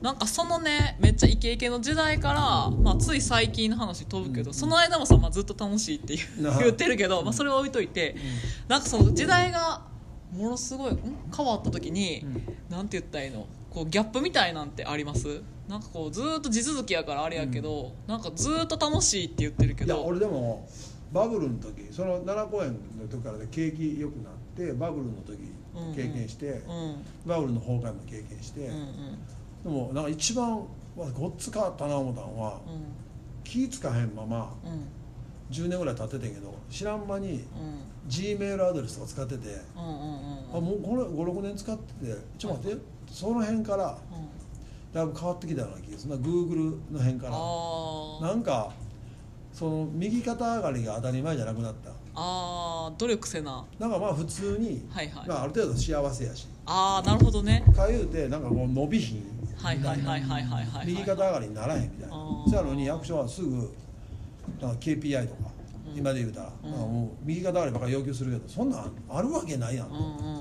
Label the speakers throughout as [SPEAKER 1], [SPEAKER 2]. [SPEAKER 1] なんかそのねめっちゃイケイケの時代から、まあ、つい最近の話飛ぶけど、その間もさ、まあ、ずっと楽しいっていう
[SPEAKER 2] あ
[SPEAKER 1] 言ってるけど、まあ、それは置いといて、なんかその時代がものすごいん変わった時に、なんて言ったらいいのこうギャップみたいなんてありますなんかこうずーっと地続きやからあれやけど、なんかずーっと楽しいって言ってるけ
[SPEAKER 2] いや
[SPEAKER 1] ど
[SPEAKER 2] 俺でもバブルの時その奈良公園の時からで景気良くなってバブルの時経験して、
[SPEAKER 1] うんうん
[SPEAKER 2] バブルの崩壊も経験して、
[SPEAKER 1] うんうん
[SPEAKER 2] でもなんか一番わごっつかったな思ったんは、気ぃつかへんまま
[SPEAKER 1] うんうん
[SPEAKER 2] 10年ぐらい経っててんけど知らん間に G メールアドレスとか使ってて、
[SPEAKER 1] うんうんうんうん
[SPEAKER 2] あもうこれ56年使っててちょっと待って、その辺から
[SPEAKER 1] うん
[SPEAKER 2] だいぶ変わってきたような気がするな Google の辺から。
[SPEAKER 1] あー
[SPEAKER 2] なんかその右肩上がりが当たり前じゃなくなった
[SPEAKER 1] あー努力せな
[SPEAKER 2] なんかまあ普通に、
[SPEAKER 1] はいはい
[SPEAKER 2] まあ、ある程度幸せやし
[SPEAKER 1] ああなるほどね
[SPEAKER 2] かいうてなんかこう伸びひん
[SPEAKER 1] はいはいはいはいはいはいはい
[SPEAKER 2] 右肩上がりにならへんみたいな
[SPEAKER 1] あー
[SPEAKER 2] そやのに役所はすぐなんか KPI とか、
[SPEAKER 1] うん
[SPEAKER 2] 今で言うたら、
[SPEAKER 1] うん
[SPEAKER 2] なんかもう右肩上がりばっかり要求するけどそんなんあるわけないやん、
[SPEAKER 1] うんうんうんうんうん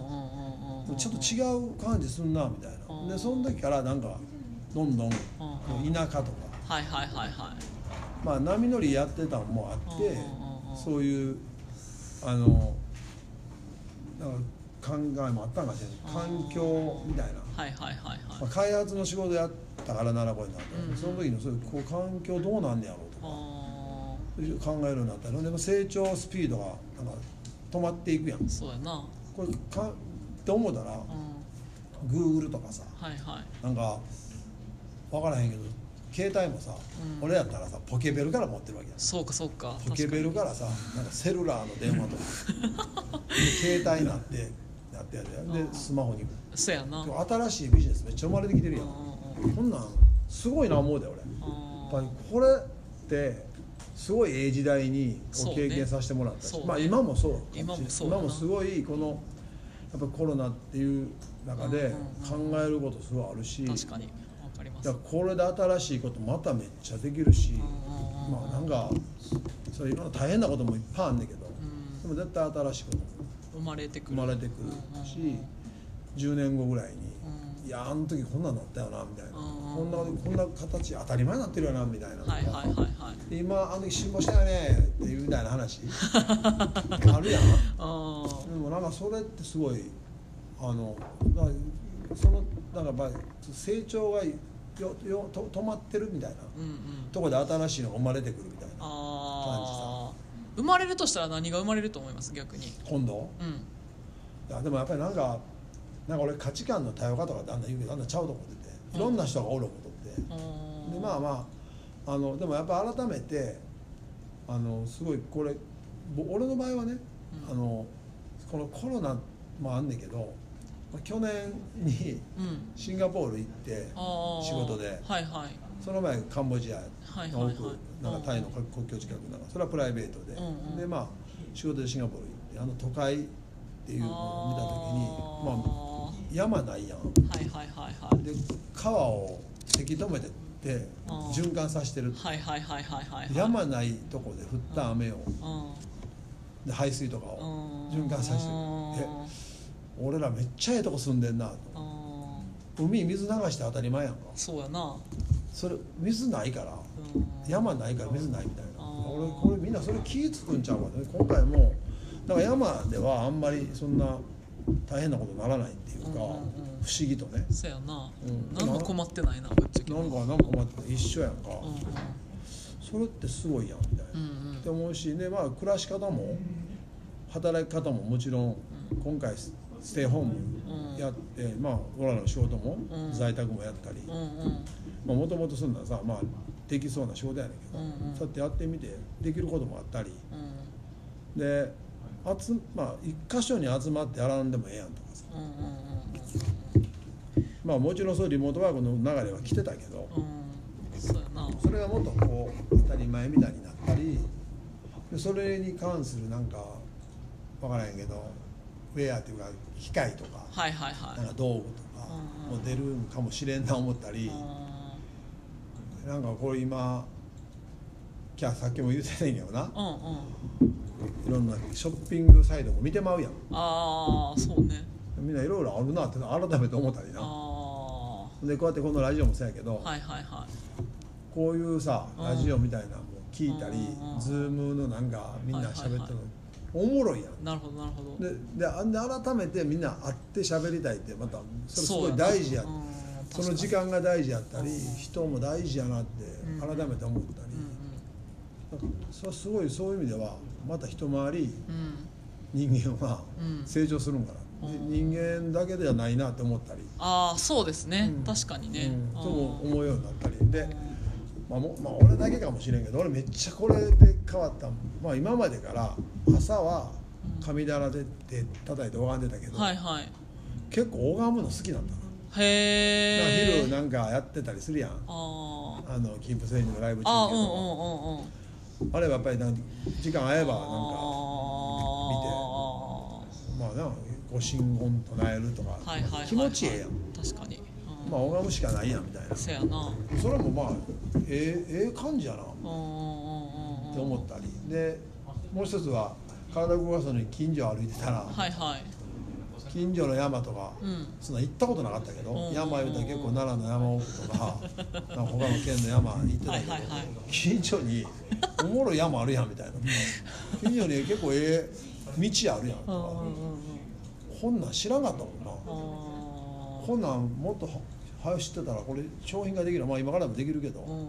[SPEAKER 1] うん
[SPEAKER 2] ちょっと違う感じすんなみたいな、
[SPEAKER 1] うん
[SPEAKER 2] でその時からなんかどんどん
[SPEAKER 1] うんうん
[SPEAKER 2] 田舎とか、
[SPEAKER 1] はいはいはいはい
[SPEAKER 2] まあ、波乗りやってたのもあって、
[SPEAKER 1] うんうんうんうん
[SPEAKER 2] そういうあのなんか考えもあったんかしら
[SPEAKER 1] うん
[SPEAKER 2] 環境みたいな、
[SPEAKER 1] はいはいはい
[SPEAKER 2] ま
[SPEAKER 1] は
[SPEAKER 2] あ、
[SPEAKER 1] い
[SPEAKER 2] 開発の仕事やったから奈良公園になった、
[SPEAKER 1] うん
[SPEAKER 2] その時のそういうこう環境どうなんねやろう
[SPEAKER 1] あ
[SPEAKER 2] とか考えるようになったのでも成長スピードがなんか止まっていくやん
[SPEAKER 1] ーそうやな
[SPEAKER 2] これかって思うたら
[SPEAKER 1] うん
[SPEAKER 2] グーグルとかさ
[SPEAKER 1] はいはい
[SPEAKER 2] なんか分からへんけど携帯もさ、
[SPEAKER 1] うん
[SPEAKER 2] 俺やったらさポケベルから持ってるわけやん
[SPEAKER 1] そうかそうか
[SPEAKER 2] ポケベルからさなんかセルラーの電話とか 携帯になってなってやで
[SPEAKER 1] う
[SPEAKER 2] で
[SPEAKER 1] ん
[SPEAKER 2] スマホに
[SPEAKER 1] 確かにそうやなうんうん
[SPEAKER 2] 新しいビジネスめっちゃ生まれてきてるやん
[SPEAKER 1] うん
[SPEAKER 2] こんなんすごいな思うで俺やっ
[SPEAKER 1] あ
[SPEAKER 2] ぱり
[SPEAKER 1] ー
[SPEAKER 2] これってすごいええ時代に
[SPEAKER 1] そう
[SPEAKER 2] を
[SPEAKER 1] ね
[SPEAKER 2] 経験させてもらったし、
[SPEAKER 1] そうね
[SPEAKER 2] まあ今もそうかしれん
[SPEAKER 1] 今もそうやな
[SPEAKER 2] 今もすごいこのやっぱコロナっていう中
[SPEAKER 1] うん
[SPEAKER 2] で考
[SPEAKER 1] うん
[SPEAKER 2] えることすごいあるし
[SPEAKER 1] 確かにわかります
[SPEAKER 2] だからこれで新しいことまためっちゃできる
[SPEAKER 1] う
[SPEAKER 2] し、
[SPEAKER 1] んうんうん
[SPEAKER 2] まあなんかそういうの大変なこともいっぱいあんねんけど、
[SPEAKER 1] うん
[SPEAKER 2] でも絶対新しいことも
[SPEAKER 1] 生まれてく
[SPEAKER 2] 生
[SPEAKER 1] る
[SPEAKER 2] まれてくるし、10年後ぐらいに、
[SPEAKER 1] うん
[SPEAKER 2] いやあの時こんなんなったよなみたいな、
[SPEAKER 1] うん
[SPEAKER 2] こんなこんな形当たり前になってるよなみたいな、
[SPEAKER 1] はいはいはいはい
[SPEAKER 2] で今あの時辛抱したよねっていうみたいな話あるやん
[SPEAKER 1] あー
[SPEAKER 2] でもなんかそれってすごいあのだからそのなんかやっぱり成長がよよと止まってるみたいな
[SPEAKER 1] うんうん
[SPEAKER 2] とこで新しいのが生まれてくるみたいな
[SPEAKER 1] あー生まれるとしたら何が生まれると思います逆に
[SPEAKER 2] 今度
[SPEAKER 1] うん
[SPEAKER 2] いやでもやっぱりなんかなんか俺価値観の多様化とかだんだん言うけどだんだんちゃうと思ってていろんな人がおることって、
[SPEAKER 1] あー
[SPEAKER 2] でまあまああのでもやっぱ改めてあのすごいこれぼ俺の場合はね、
[SPEAKER 1] うん
[SPEAKER 2] あのこのコロナもあんねんけどまあ去年に
[SPEAKER 1] うん
[SPEAKER 2] シンガポール行って
[SPEAKER 1] あー
[SPEAKER 2] 仕事で
[SPEAKER 1] はいはい
[SPEAKER 2] その前カンボジア
[SPEAKER 1] はいはい
[SPEAKER 2] の
[SPEAKER 1] はい
[SPEAKER 2] 奥なんかタイの国国境近くなんかそれはプライベートで、
[SPEAKER 1] うんうん
[SPEAKER 2] でまあ仕事でシンガポール行ってあの都会っていうのを見た時にまあ山ないやん
[SPEAKER 1] あーはいはいはいはい
[SPEAKER 2] で川をせき止めてって
[SPEAKER 1] あー
[SPEAKER 2] 循環させてる
[SPEAKER 1] はいはいはいはいはいはい
[SPEAKER 2] 山ないとこで降った雨を
[SPEAKER 1] うん
[SPEAKER 2] で排水とか
[SPEAKER 1] う
[SPEAKER 2] を
[SPEAKER 1] ん
[SPEAKER 2] 循環させてるえ俺らめっちゃええとこ住んでんなと
[SPEAKER 1] うん
[SPEAKER 2] 海水流して当たり前やんか
[SPEAKER 1] そうやな
[SPEAKER 2] それ水ないから
[SPEAKER 1] うん
[SPEAKER 2] 山ないから水ないみたいな
[SPEAKER 1] あー
[SPEAKER 2] 俺これみんなそれ気ぃつくんちゃうかな今回もだから山ではあんまりそんな大変なことならないっていうか
[SPEAKER 1] うんうんうん
[SPEAKER 2] 不思議とね
[SPEAKER 1] そうやな
[SPEAKER 2] うん
[SPEAKER 1] 何も困ってないなぶっちゃけ
[SPEAKER 2] なんかなんか待ってて一緒やんか
[SPEAKER 1] うん
[SPEAKER 2] それってすごいやんみたいな
[SPEAKER 1] うん
[SPEAKER 2] って思うしねまあ暮らし方も働き方ももちろん今回スステイホームやって、まあ俺らの仕事も
[SPEAKER 1] うん
[SPEAKER 2] 在宅もやったり
[SPEAKER 1] うんうんうん
[SPEAKER 2] もともとそんなんさまあできそうな仕事やねんけど、
[SPEAKER 1] うんうん
[SPEAKER 2] そうやってやってみてできることもあったり
[SPEAKER 1] うん
[SPEAKER 2] で集まあ一箇所に集まってやらんでもええやんとかさ
[SPEAKER 1] うんうん
[SPEAKER 2] まあもちろんそういうリモートワークの流れは来てたけど
[SPEAKER 1] うんうんうんそうやな
[SPEAKER 2] それがもっとこう当たり前みたいになったりでそれに関するなんかわからへんけどウェアっていうか機械とか
[SPEAKER 1] はいはいはい
[SPEAKER 2] なんか道具とか
[SPEAKER 1] うん
[SPEAKER 2] も出るんかもしれんな思ったり
[SPEAKER 1] う
[SPEAKER 2] なんかこれ今きゃさっきも言うてたんやけどなん
[SPEAKER 1] うん
[SPEAKER 2] いろんなショッピングサイトも見てまうやん
[SPEAKER 1] ああそうね
[SPEAKER 2] みんないろいろあるなって改めて思ったりな
[SPEAKER 1] ああ
[SPEAKER 2] でこうやってこのラジオもそうやけど、
[SPEAKER 1] はいはいはい
[SPEAKER 2] こういうさ
[SPEAKER 1] うん
[SPEAKER 2] ラジオみたいなのも聞いたり、
[SPEAKER 1] うん
[SPEAKER 2] ズームのなんかみんな喋ってるの、おもろいやん
[SPEAKER 1] なるほどなるほど
[SPEAKER 2] でであんで改めてみんな会って喋りたいってまたそれすごい
[SPEAKER 1] やな
[SPEAKER 2] 大事や
[SPEAKER 1] うん
[SPEAKER 2] その時
[SPEAKER 1] 確か
[SPEAKER 2] 間が大事やったり
[SPEAKER 1] うん
[SPEAKER 2] 人も大事やなって
[SPEAKER 1] うん
[SPEAKER 2] 改めて思ったり
[SPEAKER 1] に、
[SPEAKER 2] なんかそれはすごいそういう意味ではまた一回り
[SPEAKER 1] うんうん
[SPEAKER 2] 人間は
[SPEAKER 1] うん、うん、
[SPEAKER 2] 成長するんかな、で
[SPEAKER 1] うん
[SPEAKER 2] 人間だけではないなって思ったり、
[SPEAKER 1] ああそうですね、
[SPEAKER 2] うん
[SPEAKER 1] 確かにね、
[SPEAKER 2] うん
[SPEAKER 1] あー
[SPEAKER 2] とも思うようになったり
[SPEAKER 1] う
[SPEAKER 2] で
[SPEAKER 1] ん、
[SPEAKER 2] まあもまあ、俺だけかもしれんけど俺めっちゃこれで変わった、まあ、今までから朝は神棚で手叩いて拝んでたけど、
[SPEAKER 1] はいはい
[SPEAKER 2] 結構拝むの好きなんだな、だから
[SPEAKER 1] へえ
[SPEAKER 2] 昼なんかやってたりするやん
[SPEAKER 1] あー
[SPEAKER 2] あの金プ製品のライブ中
[SPEAKER 1] あー
[SPEAKER 2] 継
[SPEAKER 1] うんうん
[SPEAKER 2] とか。
[SPEAKER 1] うんうん
[SPEAKER 2] あればやっぱりなん時間合えばなんか
[SPEAKER 1] あ
[SPEAKER 2] まあなご神言唱えるとか、
[SPEAKER 1] ーはいはいはいはい
[SPEAKER 2] 気持ちええやん、
[SPEAKER 1] 確かに、うん
[SPEAKER 2] まあ拝むしかないやんみたいな
[SPEAKER 1] せやなうん
[SPEAKER 2] それもまあええええ感じやなって
[SPEAKER 1] うんうんうん
[SPEAKER 2] 思ったりでもう一つは体動かすのに近所歩いてたら、
[SPEAKER 1] はいはい
[SPEAKER 2] 近所の山とか、
[SPEAKER 1] うん
[SPEAKER 2] そんな行ったことなかったけど、
[SPEAKER 1] うん
[SPEAKER 2] 山言うたら結構奈良の山奥 とかなんか他の県の山行ってたけど、
[SPEAKER 1] はいはいはい
[SPEAKER 2] 近所におもろい山あるやんみたいな 近所に結構ええ道あるやんと
[SPEAKER 1] う
[SPEAKER 2] か。
[SPEAKER 1] んうんうん
[SPEAKER 2] こんなん知らんかったもんな
[SPEAKER 1] あー
[SPEAKER 2] こんなんもっとは早く知ってたらこれ商品ができるまあ今からでもできるけど、
[SPEAKER 1] うんうんうん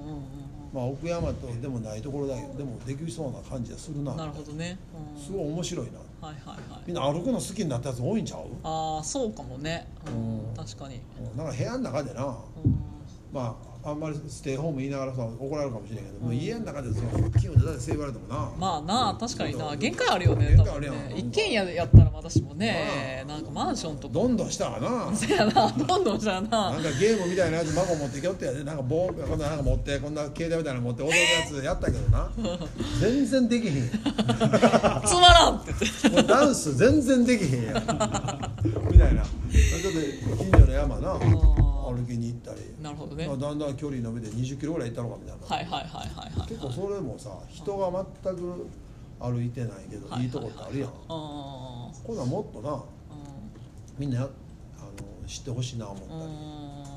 [SPEAKER 2] まあ奥山とでもないところだけどでもできそうな感じがする
[SPEAKER 1] う
[SPEAKER 2] なん
[SPEAKER 1] なるほどね、うん
[SPEAKER 2] すごい面白いな
[SPEAKER 1] はいはいはい
[SPEAKER 2] みんな歩くの好きになったやつ多いんちゃう、
[SPEAKER 1] ああそうかもね、うん
[SPEAKER 2] うん
[SPEAKER 1] 確かに、
[SPEAKER 2] うんなんか部屋の中でな
[SPEAKER 1] うん
[SPEAKER 2] まああんまりステイホーム言いながらさ怒られるかもしれんけど、もう
[SPEAKER 1] うん
[SPEAKER 2] 家の中でその金を出たりセーブられてもな、
[SPEAKER 1] まあなあ確かに
[SPEAKER 2] そう
[SPEAKER 1] な
[SPEAKER 2] そう
[SPEAKER 1] 限界あるよね
[SPEAKER 2] 限
[SPEAKER 1] 多
[SPEAKER 2] 界あ
[SPEAKER 1] 分
[SPEAKER 2] るやん
[SPEAKER 1] ね一軒家やったら私もねなんかマンションとか
[SPEAKER 2] どんどんしたらな
[SPEAKER 1] せやなどんどんしたら
[SPEAKER 2] な
[SPEAKER 1] なん
[SPEAKER 2] かゲームみたいなやつ孫持ってきよってやでなんか棒こんななんか持ってこんな携帯みたいなの持って踊るやつやったけどな全然できひん
[SPEAKER 1] つまらんって言って
[SPEAKER 2] もうダンス全然できへんやんみたいなちょっと近所の山な歩きに行ったり、
[SPEAKER 1] なるほどね
[SPEAKER 2] ま
[SPEAKER 1] は
[SPEAKER 2] あ、
[SPEAKER 1] い
[SPEAKER 2] だんだん距離伸びて2 0キロぐらい行ったのかみたいな、
[SPEAKER 1] はいはいはいはい
[SPEAKER 2] 結構それもさ人が全く歩いてないけど、、
[SPEAKER 1] はいい
[SPEAKER 2] いとこってあるやん、
[SPEAKER 1] あ
[SPEAKER 2] こんなんもっとな
[SPEAKER 1] あ
[SPEAKER 2] みんなやあの知ってほしいな思っ
[SPEAKER 1] うんうん
[SPEAKER 2] た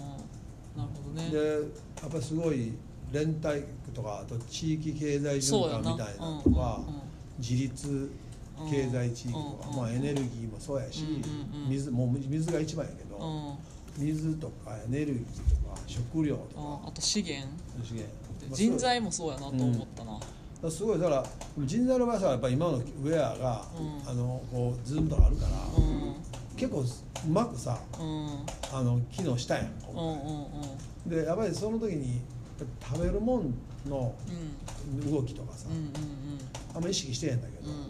[SPEAKER 1] なるほど
[SPEAKER 2] り、
[SPEAKER 1] ね
[SPEAKER 2] でやっぱりすごい連帯とかあと地域経済
[SPEAKER 1] そう
[SPEAKER 2] 循
[SPEAKER 1] や
[SPEAKER 2] 環
[SPEAKER 1] な
[SPEAKER 2] みたいなの
[SPEAKER 1] う
[SPEAKER 2] とか、
[SPEAKER 1] んうんうん
[SPEAKER 2] 自立経済地域とか、
[SPEAKER 1] うん
[SPEAKER 2] まあ、エネルギーもそうやし、
[SPEAKER 1] うんうんうん
[SPEAKER 2] 水もう水が一番やけど、
[SPEAKER 1] うん
[SPEAKER 2] 水とかエネルギーとか食料と
[SPEAKER 1] あ
[SPEAKER 2] か
[SPEAKER 1] あと資源
[SPEAKER 2] 資源
[SPEAKER 1] 人
[SPEAKER 2] まあ
[SPEAKER 1] 材もそうやなと思ったな
[SPEAKER 2] そうすごいだから人材の場合はさやっぱ今のウェアが、
[SPEAKER 1] うん
[SPEAKER 2] あのこうズームとかあるから、
[SPEAKER 1] う
[SPEAKER 2] 結構うまくさ
[SPEAKER 1] んうん
[SPEAKER 2] あの機能したやん、
[SPEAKER 1] うんうんうん
[SPEAKER 2] でやっぱりその時に食べるもんの
[SPEAKER 1] うん
[SPEAKER 2] 動きとかさ、
[SPEAKER 1] うんうん
[SPEAKER 2] あんま意識してへんだけ
[SPEAKER 1] うんう
[SPEAKER 2] ど、
[SPEAKER 1] ん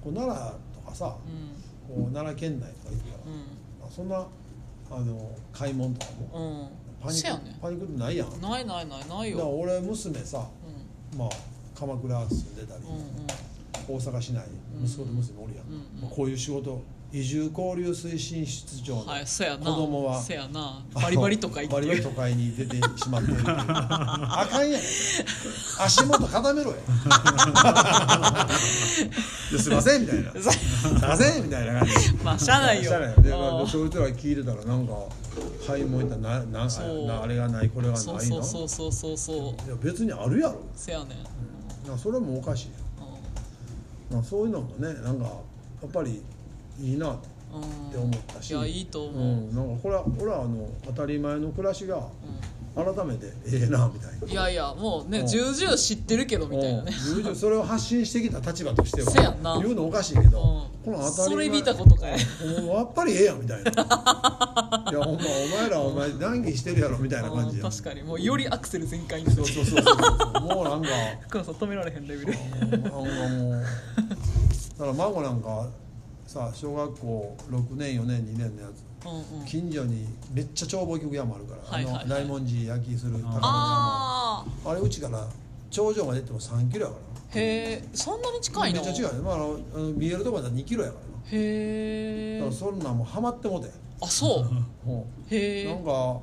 [SPEAKER 2] こう奈良とかさ、こう奈良県内とか行ったら、あそんなあの買い物とかも
[SPEAKER 1] うんうんうん
[SPEAKER 2] パニ
[SPEAKER 1] せ
[SPEAKER 2] ッ
[SPEAKER 1] や
[SPEAKER 2] ク、
[SPEAKER 1] ね
[SPEAKER 2] パニックってないやん
[SPEAKER 1] ないないないない
[SPEAKER 2] だか
[SPEAKER 1] よ
[SPEAKER 2] ら俺娘さ
[SPEAKER 1] う
[SPEAKER 2] まあ鎌倉住んでたり、
[SPEAKER 1] んうんうん
[SPEAKER 2] 大阪市内
[SPEAKER 1] うん
[SPEAKER 2] 息子と娘おるやん、
[SPEAKER 1] うんうん
[SPEAKER 2] まあ、こういう仕事移住交流推進室長の
[SPEAKER 1] はい、そやな
[SPEAKER 2] 子供は
[SPEAKER 1] そやなバリバリとか言
[SPEAKER 2] バ
[SPEAKER 1] って
[SPEAKER 2] リバリ都会に出てしまって るっていうあかんやん足元固め ろやいやすいませんみたいなすいませんみたいな感じ
[SPEAKER 1] まあしゃあないよ
[SPEAKER 2] 社内でまあそいつら聞いてたらなんか買い物行ったらななんか
[SPEAKER 1] そう
[SPEAKER 2] なあれがないこれがないな
[SPEAKER 1] そうそうそうそうそうそう
[SPEAKER 2] いや別にあるやろ
[SPEAKER 1] せやねん、
[SPEAKER 2] なそれもおかしいやんまあ、そういうのもねなんかやっぱりいいなっ
[SPEAKER 1] うんうん、
[SPEAKER 2] て思ったし、
[SPEAKER 1] いやいいと思う、うん
[SPEAKER 2] ん、なんかこれは俺はあの当たり前の暮らしが改めてええなみたいない
[SPEAKER 1] やいやもう
[SPEAKER 2] う
[SPEAKER 1] ね
[SPEAKER 2] ん
[SPEAKER 1] 重々知ってるけどみたいなね
[SPEAKER 2] うん友情それを発信してきた立場として
[SPEAKER 1] せやんな
[SPEAKER 2] は言うのおかしいけ
[SPEAKER 1] う
[SPEAKER 2] ど
[SPEAKER 1] ん
[SPEAKER 2] この当たり前
[SPEAKER 1] それ見たことかい
[SPEAKER 2] うんやっぱりええやん みたいないやほんまお前らお前談義してるやろみたいな感じ
[SPEAKER 1] うん
[SPEAKER 2] や
[SPEAKER 1] 確かにもうよりアクセル全開にな
[SPEAKER 2] そ
[SPEAKER 1] る
[SPEAKER 2] うそうそうそうもうなんか
[SPEAKER 1] 福野さん止められへんレベル
[SPEAKER 2] なんかもうだから孫なんかさ小学校6年4年2年のやつ
[SPEAKER 1] うんうん
[SPEAKER 2] 近所にめっちゃ眺望局山あるから、
[SPEAKER 1] はいはいはい
[SPEAKER 2] あの大文字焼きする高野山あ
[SPEAKER 1] ああ
[SPEAKER 2] れうちから頂上まで行っても3キロやか
[SPEAKER 1] へえそんなに近
[SPEAKER 2] ら
[SPEAKER 1] い
[SPEAKER 2] め
[SPEAKER 1] の
[SPEAKER 2] っちゃ違うよ、まあ、あのあの見えるところだったら2キロやからな
[SPEAKER 1] へ
[SPEAKER 2] だか
[SPEAKER 1] え
[SPEAKER 2] らそんなんもうハマってもて
[SPEAKER 1] あそう
[SPEAKER 2] もう
[SPEAKER 1] へえ
[SPEAKER 2] なんか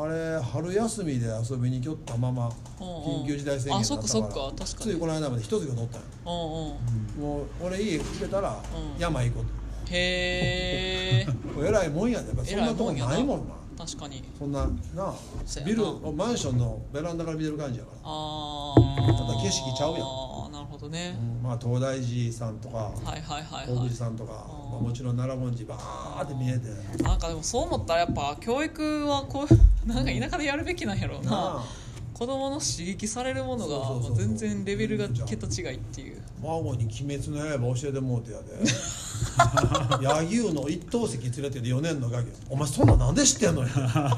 [SPEAKER 2] あれ春休みで遊びに来よったまま
[SPEAKER 1] うんうん
[SPEAKER 2] 緊急事態宣言
[SPEAKER 1] あ
[SPEAKER 2] にな
[SPEAKER 1] そ
[SPEAKER 2] っ
[SPEAKER 1] っか
[SPEAKER 2] た
[SPEAKER 1] そっ
[SPEAKER 2] か
[SPEAKER 1] から確かに
[SPEAKER 2] ついこの間まで一月を取ったんよ
[SPEAKER 1] うんうん
[SPEAKER 2] もう俺家来てたら
[SPEAKER 1] うん
[SPEAKER 2] 山行こうと
[SPEAKER 1] へえ
[SPEAKER 2] えらいもんやでやっぱそんなとこないもんな
[SPEAKER 1] 確かに
[SPEAKER 2] そんななあ
[SPEAKER 1] そうやな
[SPEAKER 2] ビルマンションのベランダから見てる感じやから
[SPEAKER 1] あ
[SPEAKER 2] ただ
[SPEAKER 1] あ
[SPEAKER 2] 景色ちゃうやん
[SPEAKER 1] ああなるほどね、
[SPEAKER 2] うんまあ東大寺さんとか
[SPEAKER 1] はいはいはい
[SPEAKER 2] 大
[SPEAKER 1] はい
[SPEAKER 2] 口さんとか、
[SPEAKER 1] ー
[SPEAKER 2] まあ、もちろん奈良盆地バーって見えて
[SPEAKER 1] なんかでもそう思ったらやっぱ教育はこう なんか田舎でやるべきなんやろうな
[SPEAKER 2] あ
[SPEAKER 1] 子供の刺激されるものが
[SPEAKER 2] そうそうそうそう
[SPEAKER 1] もう全然レベルが桁違いっていう
[SPEAKER 2] 孫に「鬼滅の刃」教えてもうて やで柳生の一等席連れてる4年のガキお前そんなんなんで知ってんのよ鬼滅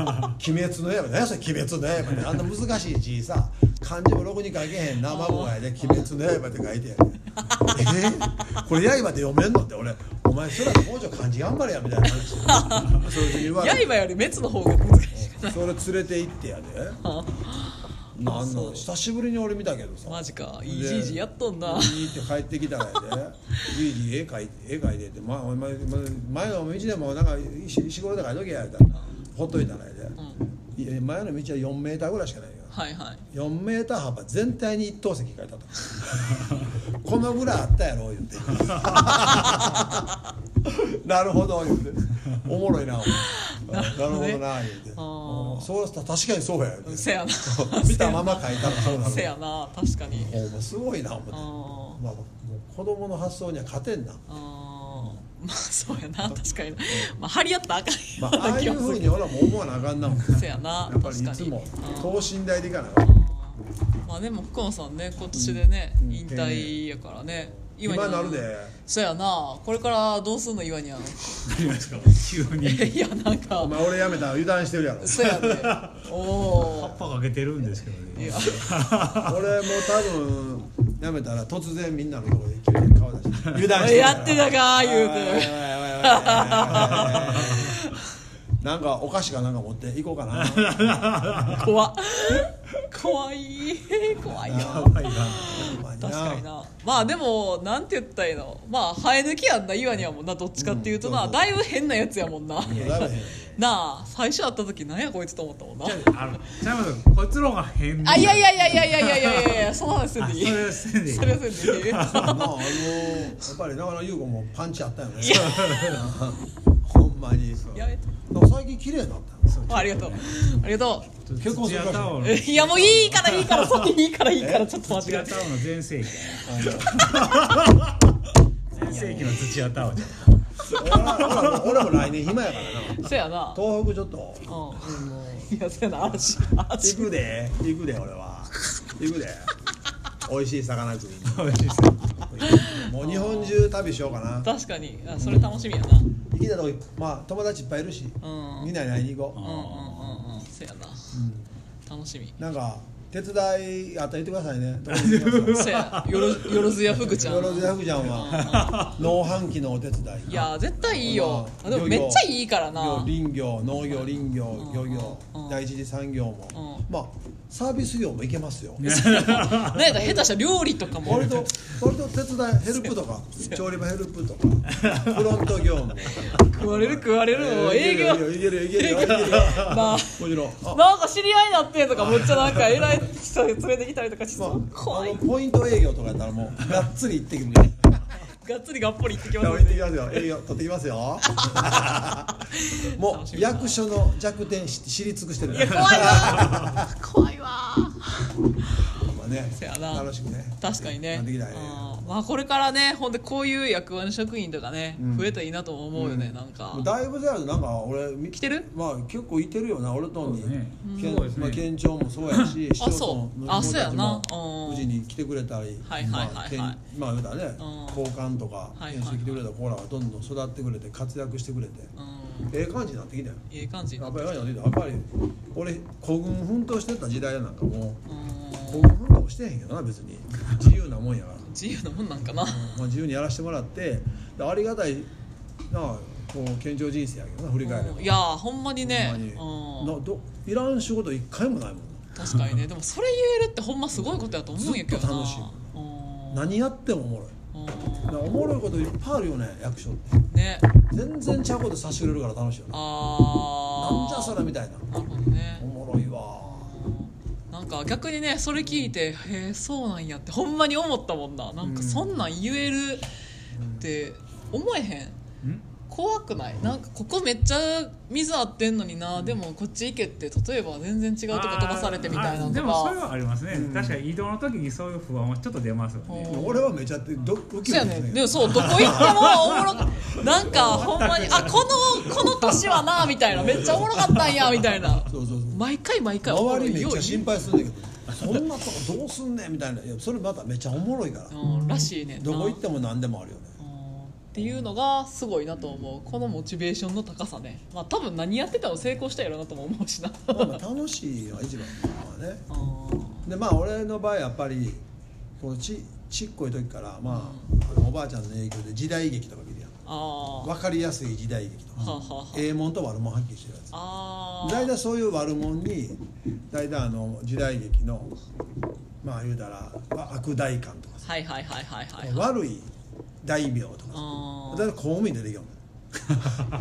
[SPEAKER 2] の刃何やそれ鬼滅の刃ってあんな難しい字さ漢字もろくに書けへんな孫がやで「鬼滅の刃」って書いてやでえーこれ刃って読めんのって俺お前そらもうちょい漢字頑張れやみたいな 話そういうふうに言われて
[SPEAKER 1] 刃より滅の方が難しい
[SPEAKER 2] それ連れて行っ てやで
[SPEAKER 1] あ
[SPEAKER 2] なん
[SPEAKER 1] そ
[SPEAKER 2] の
[SPEAKER 1] う
[SPEAKER 2] 久しぶりに俺見たけどさ
[SPEAKER 1] マジか
[SPEAKER 2] で
[SPEAKER 1] いいじいじやっとんない
[SPEAKER 2] いって帰ってき たからやでじいじ絵描いて絵描いてって、まあ、お前前前の道でもなんか石石ころで描いとけや言うたらほっといたらやで、いや前の道は4メーターぐらいしかないよ
[SPEAKER 1] はいはい
[SPEAKER 2] 4メーター幅全体に一等席書いてあった このぐらいあったやろ言うて なるほど言うておもろいなお前なる
[SPEAKER 1] ほどね
[SPEAKER 2] ほどな言うて
[SPEAKER 1] あー
[SPEAKER 2] うんそうしたら確かにそうや言うて
[SPEAKER 1] せやな
[SPEAKER 2] 見たまま書いたらそうなる
[SPEAKER 1] せやな確かに
[SPEAKER 2] お前すごいな思って、
[SPEAKER 1] あ
[SPEAKER 2] まあ、もう子供の発想には勝てんな、
[SPEAKER 1] あまあそうやな確かにまあ張り合 ったらあか
[SPEAKER 2] ま
[SPEAKER 1] んよう
[SPEAKER 2] あ、あ
[SPEAKER 1] な
[SPEAKER 2] あい
[SPEAKER 1] 気
[SPEAKER 2] う
[SPEAKER 1] も
[SPEAKER 2] ふ
[SPEAKER 1] す
[SPEAKER 2] う
[SPEAKER 1] る
[SPEAKER 2] に俺はもう思わなあかんなもんや
[SPEAKER 1] せやな
[SPEAKER 2] っぱり
[SPEAKER 1] 確
[SPEAKER 2] い
[SPEAKER 1] か
[SPEAKER 2] つ
[SPEAKER 1] に
[SPEAKER 2] も
[SPEAKER 1] うん
[SPEAKER 2] 等身大でいかなあかん
[SPEAKER 1] まあでも福野さんね今年でね
[SPEAKER 2] うん
[SPEAKER 1] 引退やからね
[SPEAKER 2] 今
[SPEAKER 1] に
[SPEAKER 2] なるで
[SPEAKER 1] そうやなこれからどうすんの岩にゃん
[SPEAKER 3] 何がですか急に
[SPEAKER 1] いやなん
[SPEAKER 2] お
[SPEAKER 1] か
[SPEAKER 2] 前俺やめたら油断してるやろ
[SPEAKER 1] そうやねお
[SPEAKER 3] 葉
[SPEAKER 1] お
[SPEAKER 3] っぱかけてるんですけど
[SPEAKER 1] い
[SPEAKER 3] ね
[SPEAKER 1] や
[SPEAKER 2] 俺もう多分やめたら突然みんなのところで急に顔出して油断してる
[SPEAKER 1] やってたか言う
[SPEAKER 2] おいおいおいおいおいおいおいおいおいおい
[SPEAKER 1] て
[SPEAKER 2] なんかお菓子かなんか持って行こうかな
[SPEAKER 1] 怖っ怖い怖いよ
[SPEAKER 3] やばいな
[SPEAKER 2] ほんま
[SPEAKER 1] 確かになまあでもなんて言ったらいいのまあ生え抜きやんな岩にはもんなどっちかっていうとな、
[SPEAKER 2] うん
[SPEAKER 1] だいぶ変なやつやもんな
[SPEAKER 2] そうだめ
[SPEAKER 1] なあ最初会った時なんやこいつと思ったもんな
[SPEAKER 3] じゃああのちゃいますこいつの方が変
[SPEAKER 1] あいやいやいやいやいやいやいやいやその話せん
[SPEAKER 3] あ
[SPEAKER 1] で
[SPEAKER 3] そ
[SPEAKER 1] いい
[SPEAKER 3] れはせんでいい
[SPEAKER 1] それはせんでいい
[SPEAKER 2] まああのやっぱり中野優子もパンチあったよねほんまに
[SPEAKER 1] やめて
[SPEAKER 2] なんか最近綺麗になったよ
[SPEAKER 1] あありがとうありがと
[SPEAKER 2] 結婚するらしい
[SPEAKER 3] 土屋太鳳の
[SPEAKER 1] ういやもういいからいいから先にいいからいいからちょっと待
[SPEAKER 3] 土
[SPEAKER 1] って
[SPEAKER 3] 屋
[SPEAKER 1] くだ
[SPEAKER 3] 太
[SPEAKER 1] さ
[SPEAKER 3] 鳳の全盛期全盛期の土屋太鳳じゃん
[SPEAKER 2] 俺は俺も俺も来年暇やからない
[SPEAKER 1] そやな
[SPEAKER 2] 東北ちょっと
[SPEAKER 1] うんいやそやな嵐嵐
[SPEAKER 2] 行くで行くで俺は行くで美味しい魚食いに
[SPEAKER 3] 美味しそ
[SPEAKER 2] もう日本中旅しようかな
[SPEAKER 1] 確かにあそれ楽しみやなうん
[SPEAKER 2] 行きたいとこまあ友達いっぱいいるし
[SPEAKER 1] うん
[SPEAKER 2] みんなに会いに行こ
[SPEAKER 1] うんうんうんそやな楽しみ
[SPEAKER 2] うなんか手伝いあったら言ってください ねどこに行きます
[SPEAKER 1] そやよろよろずやふぐちゃん
[SPEAKER 2] よろずやふぐちゃんは 農繁期のお手伝い
[SPEAKER 1] いや絶対いいよあ
[SPEAKER 2] まあ
[SPEAKER 1] でもめっちゃいいからな
[SPEAKER 2] 漁林業農業林業漁業
[SPEAKER 1] うん
[SPEAKER 2] 第一次産業もまあサービス業もいけま すよ
[SPEAKER 1] なんやったら下手したら料理とかも
[SPEAKER 2] 俺と俺と手伝いヘルプとか調理場ヘルプとかフロント 業務
[SPEAKER 1] 食われる食われるもう営業
[SPEAKER 2] いけるよいけるよいけるよいけるよ
[SPEAKER 1] なあ
[SPEAKER 2] もちろんあ
[SPEAKER 1] なんか知り合いになってとかむっちゃなんか偉い人連れてきたりとかし
[SPEAKER 2] まあ
[SPEAKER 1] そう怖
[SPEAKER 2] あ
[SPEAKER 1] い
[SPEAKER 2] のポイント営業とかやったらもうがっつり行ってくるね
[SPEAKER 1] がっつりがっぽり行ってきま
[SPEAKER 2] 行
[SPEAKER 1] す
[SPEAKER 2] っ
[SPEAKER 1] ね
[SPEAKER 2] てきますよ営業取ってきますよ も
[SPEAKER 1] 楽し
[SPEAKER 2] う
[SPEAKER 1] みだな
[SPEAKER 2] 役所の弱点し知り尽くしてる
[SPEAKER 1] いや怖いわ怖いわ
[SPEAKER 2] まあね
[SPEAKER 1] せやな
[SPEAKER 2] 楽しくね
[SPEAKER 1] 確かにね
[SPEAKER 2] なってきたね
[SPEAKER 1] うんまあこれからねほんでこういう役割の職員とかね、
[SPEAKER 2] ん
[SPEAKER 1] 増えたらいいなとも思うよね、なんか
[SPEAKER 2] もうだいぶだよなんか俺み
[SPEAKER 1] 来てる
[SPEAKER 2] まあ結構いてるよな俺とに
[SPEAKER 3] そうですね
[SPEAKER 2] 県
[SPEAKER 3] そうですね
[SPEAKER 2] まあ、県庁もそうやし市町村の
[SPEAKER 1] そうあそうやな
[SPEAKER 2] 人たちも
[SPEAKER 1] うん
[SPEAKER 2] うちに来てくれたり
[SPEAKER 1] はいはいはいはい
[SPEAKER 2] まあ県まあ言うたらね
[SPEAKER 1] うん
[SPEAKER 2] 交換とか
[SPEAKER 1] はいはい
[SPEAKER 2] 研修来てくれた子らがどんどん育ってくれて活躍してくれて
[SPEAKER 1] うん
[SPEAKER 2] ええ感じになってきたよ
[SPEAKER 1] いい感じ
[SPEAKER 2] や
[SPEAKER 1] う
[SPEAKER 2] っぱりええ感じになってきたやっぱり俺孤軍奮闘してた時代なんかもうん孤軍奮闘してへんけどな別に自由なもんやから
[SPEAKER 1] 自由なもんなんかな、
[SPEAKER 2] まあ、自由にやらせてもらってでありがたいなあこう健常人生やけどな振り返れば
[SPEAKER 1] うんいやーほんまにね
[SPEAKER 2] ほんまに
[SPEAKER 1] うん
[SPEAKER 2] などいらん仕事一回もないもんな
[SPEAKER 1] 確かにねでもそれ言えるってほんますごいことやと思うんやけどな
[SPEAKER 2] ずっと楽しい
[SPEAKER 1] うん
[SPEAKER 2] 何やってもおもろい
[SPEAKER 1] うん
[SPEAKER 2] なおもろいこといっぱいあるよね役所って
[SPEAKER 1] ね
[SPEAKER 2] 全然ちゃうこと差し入れるから楽しいよな
[SPEAKER 1] あー
[SPEAKER 2] なんじゃそれみたいな
[SPEAKER 1] なるほどね
[SPEAKER 2] おもろいわ
[SPEAKER 1] なんか逆にねそれ聞いて「へえそうなんや」ってほんまに思ったもんななんかそんなん言えるって思えへん
[SPEAKER 3] うん
[SPEAKER 1] こ怖くないなんかここめっちゃ水合ってんのになでもこっち行けって例えば全然違うとこ飛ばされてみたいな
[SPEAKER 3] あ
[SPEAKER 1] の
[SPEAKER 3] で
[SPEAKER 1] と
[SPEAKER 3] もそれ
[SPEAKER 1] か
[SPEAKER 3] はありますね、
[SPEAKER 2] うん
[SPEAKER 3] 確かに移動の時にそういう不安はちょっと出ますよね、
[SPEAKER 1] うん
[SPEAKER 2] 俺はめちゃってどウキ
[SPEAKER 1] そう
[SPEAKER 2] ウキ
[SPEAKER 1] や
[SPEAKER 2] し
[SPEAKER 1] ね
[SPEAKER 2] て
[SPEAKER 1] でもそうどこ行ってもおもろなんかほんまにあこのこの年はなみたいなめっちゃおもろかったんやみたいな
[SPEAKER 2] そうそうそう
[SPEAKER 1] 毎回毎回
[SPEAKER 2] 周りめっ
[SPEAKER 1] おも
[SPEAKER 2] ち
[SPEAKER 1] ろ
[SPEAKER 2] ゃ
[SPEAKER 1] い
[SPEAKER 2] 心配するんだけどそんなとこどうすんねんみたいないやそれまためっちゃおもろいから
[SPEAKER 1] うんらしいねんな
[SPEAKER 2] どこ行っても何でもあるよね
[SPEAKER 1] うんっていうのがすごいなと思うこのモチベーションの高さねまあ多分何やってたら成功したやろうなとも思うしな
[SPEAKER 2] まあまあ楽しいのが一番だからね
[SPEAKER 1] う
[SPEAKER 2] でまあ俺の場合やっぱりこうちちっこい時から、まあ、あのおばあちゃんの影響で時代劇とか見るやん
[SPEAKER 1] んあー
[SPEAKER 2] 分かりやすい時代劇とか
[SPEAKER 1] はあはあはあ
[SPEAKER 2] ええもんと悪もんはっきりしてるやつ
[SPEAKER 1] あー
[SPEAKER 2] 大体そういう悪者に大体あの時代劇のまあ言うたらあ悪代官とかさ、
[SPEAKER 1] はいはいはいはいはいはい
[SPEAKER 2] 悪い大名とかさ
[SPEAKER 1] あー
[SPEAKER 2] 大体公務員出てきよん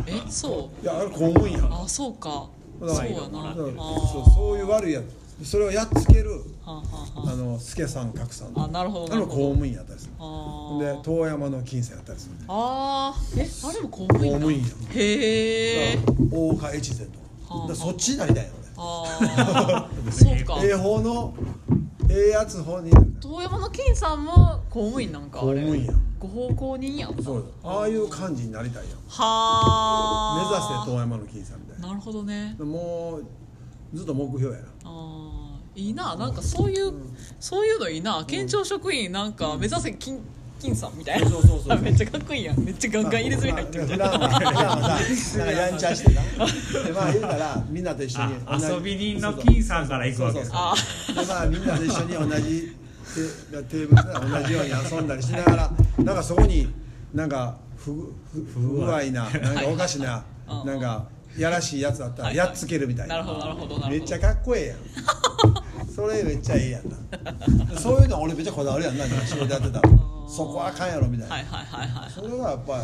[SPEAKER 1] えそう
[SPEAKER 2] いやあれ公務員やん
[SPEAKER 1] あそうか
[SPEAKER 2] だ
[SPEAKER 1] そう
[SPEAKER 2] から
[SPEAKER 1] やな
[SPEAKER 2] だ
[SPEAKER 1] あ
[SPEAKER 2] から
[SPEAKER 1] ー
[SPEAKER 2] そうそういう悪いやつそれをやっつける
[SPEAKER 1] はあはあは
[SPEAKER 2] あの助さん格さん
[SPEAKER 1] あなるほど
[SPEAKER 2] あ
[SPEAKER 1] な
[SPEAKER 2] の
[SPEAKER 1] る
[SPEAKER 2] 公
[SPEAKER 1] ほど
[SPEAKER 2] 務員やったりする
[SPEAKER 1] あ
[SPEAKER 2] で
[SPEAKER 1] ー
[SPEAKER 2] 遠山の金銭やったりする
[SPEAKER 1] あーえあれも公務員なん
[SPEAKER 2] 公務員や
[SPEAKER 1] へえ
[SPEAKER 2] 大岡越前とか
[SPEAKER 1] はあはあ
[SPEAKER 2] だからそっちになりたいよね
[SPEAKER 1] ああそうか
[SPEAKER 2] 英法のええやつ方になる
[SPEAKER 1] 遠山の金さんも公務員なんかあ
[SPEAKER 2] 公
[SPEAKER 1] れ
[SPEAKER 2] 務員や
[SPEAKER 1] ご奉公人やった
[SPEAKER 2] そうだああいう感じになりたいやん目指
[SPEAKER 1] はあ
[SPEAKER 2] せ遠山の金さんみたい
[SPEAKER 1] なるほどね
[SPEAKER 2] なもうずっと目標やな
[SPEAKER 1] ああいいななんかそういう、そういうのいいな県庁職員なんか目指せ金金さんみたいな
[SPEAKER 2] そうそうそうそう
[SPEAKER 1] めっちゃかっこいいやんめっちゃガンガン入れ墨入ってるみたいな
[SPEAKER 2] まあまあ普段はさなんかやんちゃしてなでまあ言うたらみんなと一緒に
[SPEAKER 3] あ
[SPEAKER 2] 同じ
[SPEAKER 3] 遊び人の金さんから行くわけです
[SPEAKER 1] あ
[SPEAKER 2] でまあみんなで一緒に同じテテーブルで同じように遊んだりしながらなんかそこになんか不不不具合ななんかおかしな
[SPEAKER 1] うん
[SPEAKER 2] なんかやらしいやつあったら
[SPEAKER 1] はいは
[SPEAKER 2] や
[SPEAKER 1] い
[SPEAKER 2] っつけるみたいな、
[SPEAKER 1] なるほどなるほどなるほど
[SPEAKER 2] めっちゃかっこええやんそれめっちゃええやんなそういうの俺めっちゃこだわるやんな仕事やってたら
[SPEAKER 1] ん
[SPEAKER 2] そこはあかんやろみたいな、
[SPEAKER 1] はいはいはいはい
[SPEAKER 2] それがやっぱり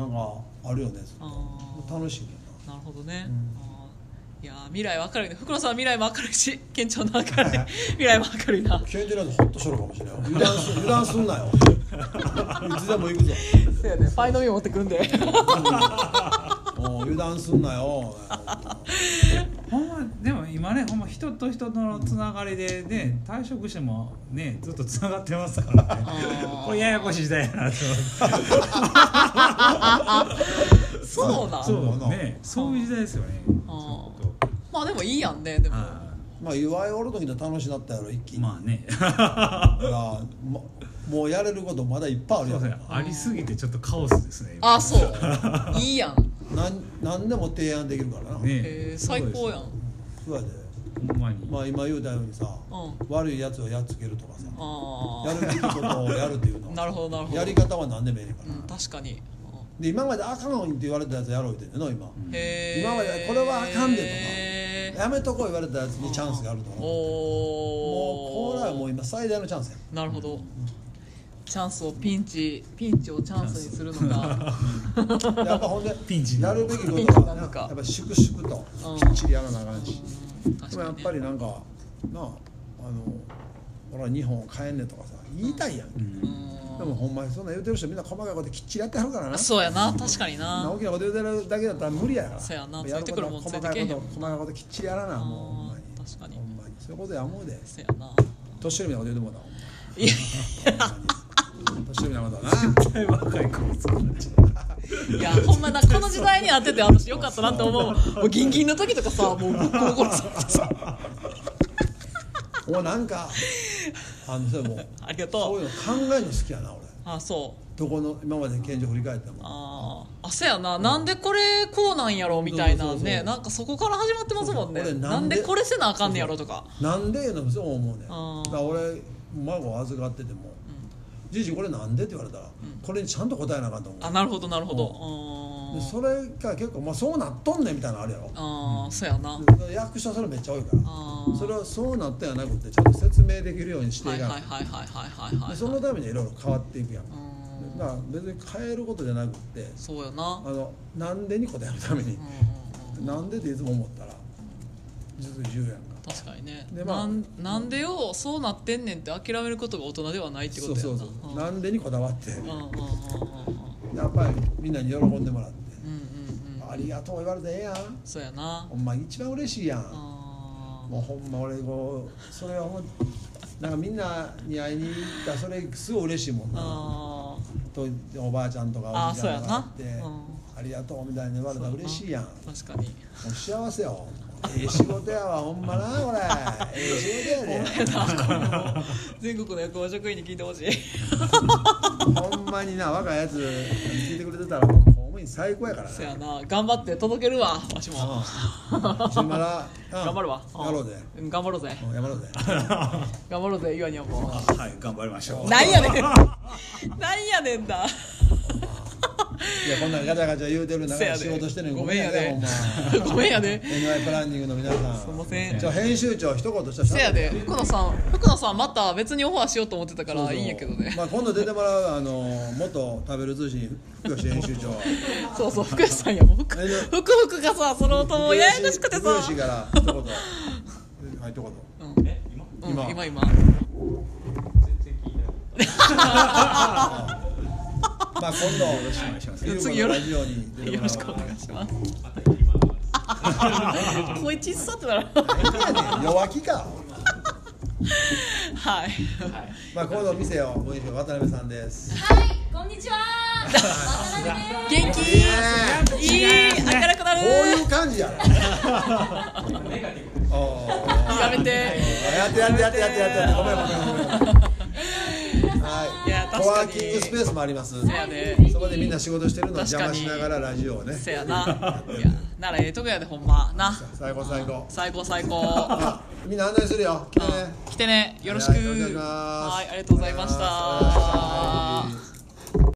[SPEAKER 2] なんかあるよね
[SPEAKER 1] あー
[SPEAKER 2] 楽しいけ
[SPEAKER 1] なるほどね、
[SPEAKER 2] うん
[SPEAKER 1] あーいやー未来は明るいね袋さんは未来も明るいし県庁の 明るい未来も明るいな
[SPEAKER 2] どな聞いてるやつホッとしとるかもしれない油断す油断すんなよいつでも行くぞ
[SPEAKER 1] そうやねパイの実持ってくんで
[SPEAKER 2] もう油断すんなよ。
[SPEAKER 3] ほんまでも今ねほんま人と人とのつながりでね退職してもねずっとつながってますからね
[SPEAKER 1] あー
[SPEAKER 3] これややこしい時代やなと思っ て
[SPEAKER 1] そうなん
[SPEAKER 3] そうねそういう時代ですよね
[SPEAKER 1] あー
[SPEAKER 3] そういうこ
[SPEAKER 1] まあでもいいやんねで
[SPEAKER 3] と
[SPEAKER 1] も
[SPEAKER 3] あ
[SPEAKER 2] まあ祝いおる時の楽しなったやろ一気
[SPEAKER 3] ー
[SPEAKER 2] に。
[SPEAKER 3] まあね
[SPEAKER 2] だからまもうやれることまだいっぱいある
[SPEAKER 3] そ
[SPEAKER 2] や
[SPEAKER 3] うんですね ありすぎてちょっとカオスですね今
[SPEAKER 1] あそう いいやん、
[SPEAKER 2] なん何でも提案できるからな。
[SPEAKER 3] ね
[SPEAKER 1] えー、最高やん
[SPEAKER 2] そうやで。
[SPEAKER 3] ほんまに
[SPEAKER 2] まあ今言うたようにさ、
[SPEAKER 1] う
[SPEAKER 2] 悪いやつをやっつけるとかさ、
[SPEAKER 1] あ
[SPEAKER 2] やるべきことをやるっていうの
[SPEAKER 1] あ
[SPEAKER 2] は。
[SPEAKER 1] なるほどなるほど
[SPEAKER 2] やり方は何でもいいから。
[SPEAKER 1] うん確かに
[SPEAKER 2] で今まであかんのにって言われたやつやろう言ってんねんな今。
[SPEAKER 1] へえ
[SPEAKER 2] 今までこれはあかんでとか
[SPEAKER 1] へー
[SPEAKER 2] やめとこう言われたやつにチャンスがあるとか。
[SPEAKER 1] お
[SPEAKER 2] もうこ
[SPEAKER 1] お
[SPEAKER 2] れはもう今最大のチャンスや。
[SPEAKER 1] なるほど、チャンスをピンチピンチをチャンスにするのが
[SPEAKER 2] やっぱほんで
[SPEAKER 3] ピンチに
[SPEAKER 2] やるべき
[SPEAKER 1] ピン
[SPEAKER 2] こ
[SPEAKER 1] チ
[SPEAKER 2] と
[SPEAKER 1] に
[SPEAKER 2] は
[SPEAKER 1] な
[SPEAKER 2] や
[SPEAKER 1] る
[SPEAKER 2] っ
[SPEAKER 1] か
[SPEAKER 2] ぱ粛々と
[SPEAKER 1] うん
[SPEAKER 2] きっちりやらなあかんし、
[SPEAKER 1] うん
[SPEAKER 2] で
[SPEAKER 1] 確
[SPEAKER 2] も
[SPEAKER 1] か
[SPEAKER 2] やっ
[SPEAKER 1] に、ね、
[SPEAKER 2] ぱりなんかなああの俺は日本を変えんねんとかさ言いたいやん、
[SPEAKER 3] う
[SPEAKER 1] う
[SPEAKER 3] ん
[SPEAKER 1] ん
[SPEAKER 2] でもほんまにそんな言うてる人みんな細かいこときっちりやってはるからなそ
[SPEAKER 1] そうやな確かに
[SPEAKER 2] んな
[SPEAKER 1] な
[SPEAKER 2] 大きなこと言うてるだけだったら無理やから
[SPEAKER 1] そうやな
[SPEAKER 2] ることは
[SPEAKER 1] ついてく
[SPEAKER 2] 細
[SPEAKER 1] るもんつい
[SPEAKER 2] か
[SPEAKER 1] てけ
[SPEAKER 2] い
[SPEAKER 1] えへん
[SPEAKER 2] こと細かいこときっちりやらなもうほんまに
[SPEAKER 1] あー確かに
[SPEAKER 2] ほんまにそういうことや思うで
[SPEAKER 1] そうやな
[SPEAKER 2] 年寄りみたいなこと言うてもう
[SPEAKER 1] いや
[SPEAKER 2] たほんまに年寄りみたいなことはな
[SPEAKER 3] 絶対若い子を作る
[SPEAKER 1] いやほんまなこの時代になってて私よかったなって思うもうギンギンの時とかさもうボコボコにされてさ
[SPEAKER 2] 俺なんかあのそれもう
[SPEAKER 1] ありが
[SPEAKER 2] そ
[SPEAKER 1] と
[SPEAKER 2] ういううの考えるの好きやな俺
[SPEAKER 1] あそう
[SPEAKER 2] どこの今までの現状振り返っても
[SPEAKER 1] あーあそうやななんでこれこうなんやろみたいな
[SPEAKER 2] そうそうそうそ
[SPEAKER 1] ね
[SPEAKER 2] う
[SPEAKER 1] なんかそこから始まってますもんね
[SPEAKER 2] そうそう
[SPEAKER 1] な
[SPEAKER 2] 俺なんんで
[SPEAKER 1] でこれせなあかんねやろとか
[SPEAKER 2] なんでいうのもそう思うねんだ
[SPEAKER 1] あー
[SPEAKER 2] から俺孫預かってても「じいじこれなんで?」って言われたら、これにちゃんと答えなあかんと思
[SPEAKER 1] あ
[SPEAKER 2] う
[SPEAKER 1] なるほどなるほどう
[SPEAKER 2] で
[SPEAKER 1] ーん
[SPEAKER 2] それが結構、まあ、そうなっとんねんみたいなのあるやろ
[SPEAKER 1] あーそうやな
[SPEAKER 2] で役所それめっちゃ多いから
[SPEAKER 1] あー
[SPEAKER 2] それはそうなったんやなくてちゃんと説明できるようにして
[SPEAKER 1] はいい
[SPEAKER 2] か
[SPEAKER 1] はい
[SPEAKER 2] な
[SPEAKER 1] はいはいはいはいはい
[SPEAKER 2] でそのためにいろいろ変わっていくやん
[SPEAKER 1] うーん
[SPEAKER 2] だから別に変えることじゃなくって
[SPEAKER 1] そうやな
[SPEAKER 2] あのなんでに答えるために
[SPEAKER 1] うんうんうん
[SPEAKER 2] なんでっていつも思ったら実に重要やんか
[SPEAKER 1] 確かにね
[SPEAKER 2] でま
[SPEAKER 1] な
[SPEAKER 2] あ
[SPEAKER 1] んなんでよそうなってんねんって諦めることが大人ではないってこ
[SPEAKER 2] そう
[SPEAKER 1] とや
[SPEAKER 2] そ
[SPEAKER 1] んな
[SPEAKER 2] うそううんなんでにこだわって
[SPEAKER 1] うんうんうんうんうん
[SPEAKER 2] やっぱりみんなに喜んでもらって
[SPEAKER 1] うん
[SPEAKER 2] ありがとう言われてええやん
[SPEAKER 1] そうやな
[SPEAKER 2] ほんま一番嬉しいやん
[SPEAKER 1] あ
[SPEAKER 2] もうほんま俺こうそれはほんなんかみんなに会いに行ったらそれすごい嬉しいもん
[SPEAKER 1] ー
[SPEAKER 2] な
[SPEAKER 1] あ
[SPEAKER 2] とおばあちゃんとか
[SPEAKER 1] あー
[SPEAKER 2] おじいちゃんとか
[SPEAKER 1] そう
[SPEAKER 2] 会
[SPEAKER 1] や
[SPEAKER 2] って
[SPEAKER 1] なうん
[SPEAKER 2] 「ありがとう」みたいに言われたら嬉しいやんも
[SPEAKER 1] ー確かに
[SPEAKER 2] う幸せよええ仕事やわほんまなこれええ仕 事やで
[SPEAKER 1] 全国の役場職員に聞いてほしい
[SPEAKER 2] ほんまにな若いやつ聞いてくれてたらもう公務員最高やからな
[SPEAKER 1] そうやな頑張って届けるわわしも
[SPEAKER 2] うんそれまだうん
[SPEAKER 1] 頑張るわ
[SPEAKER 2] やろうぜ
[SPEAKER 1] うん頑張ろうぜ
[SPEAKER 2] うんやろうぜ
[SPEAKER 1] 頑張ろうぜ岩にゃんも
[SPEAKER 3] はい頑張りま しょう
[SPEAKER 1] なんやねんなんやねんだ
[SPEAKER 2] いやこんなんガチャガチャ言うてる中
[SPEAKER 1] せや
[SPEAKER 2] で
[SPEAKER 1] で
[SPEAKER 2] 仕事してるのに
[SPEAKER 1] ごめんや
[SPEAKER 2] ほ
[SPEAKER 1] で
[SPEAKER 2] んま
[SPEAKER 1] ごめんやで
[SPEAKER 2] NY プランニングの皆さん
[SPEAKER 1] すいません
[SPEAKER 2] じゃあ編集長一言したら
[SPEAKER 1] せやで福野さん福野さんまた別にオファーしようと思ってたか
[SPEAKER 2] そう
[SPEAKER 1] ら
[SPEAKER 2] そう
[SPEAKER 1] いいんやけどね
[SPEAKER 2] まあ、今度出てもらうあの元食べる通信福吉編 集長
[SPEAKER 1] そうそう福吉さんやもう福
[SPEAKER 2] えじゃあ
[SPEAKER 1] 福福がさそのとややこしくてさ
[SPEAKER 2] 福吉から一言はい一言
[SPEAKER 1] うん
[SPEAKER 4] え今
[SPEAKER 1] うん
[SPEAKER 2] 今
[SPEAKER 1] 今今
[SPEAKER 4] 全然聞いてない
[SPEAKER 2] まあ今度
[SPEAKER 1] 次
[SPEAKER 2] ユー
[SPEAKER 1] よろ
[SPEAKER 2] モのラジオに出て
[SPEAKER 1] よ
[SPEAKER 2] もら
[SPEAKER 1] ろし
[SPEAKER 2] う
[SPEAKER 1] くお願いし ます
[SPEAKER 4] また今の話
[SPEAKER 1] こいちっさって なる
[SPEAKER 2] いやね弱気か
[SPEAKER 1] はい
[SPEAKER 2] まあ今度店をご一緒渡辺さんです
[SPEAKER 5] はい、こんにちは。渡辺です。
[SPEAKER 1] 元
[SPEAKER 2] ね
[SPEAKER 1] 気いい明るくなる
[SPEAKER 2] こういう感じやろ
[SPEAKER 4] ネガティブ
[SPEAKER 2] おー
[SPEAKER 1] やめて
[SPEAKER 2] やってやってやってやってやってやってごめんごめんごめんはい
[SPEAKER 1] いや確かに
[SPEAKER 2] コワーキングスペースもあります
[SPEAKER 1] せやで
[SPEAKER 2] そこでみんな仕事してるのを邪魔しながらラジオをね
[SPEAKER 1] せや ないやならええとこやでほんまな
[SPEAKER 2] 最高最高
[SPEAKER 1] 最高最高
[SPEAKER 2] あみんな案内するよ来てね
[SPEAKER 1] 来てねよろしく
[SPEAKER 2] はいお願いします
[SPEAKER 1] はいありがとうございました
[SPEAKER 2] お願いします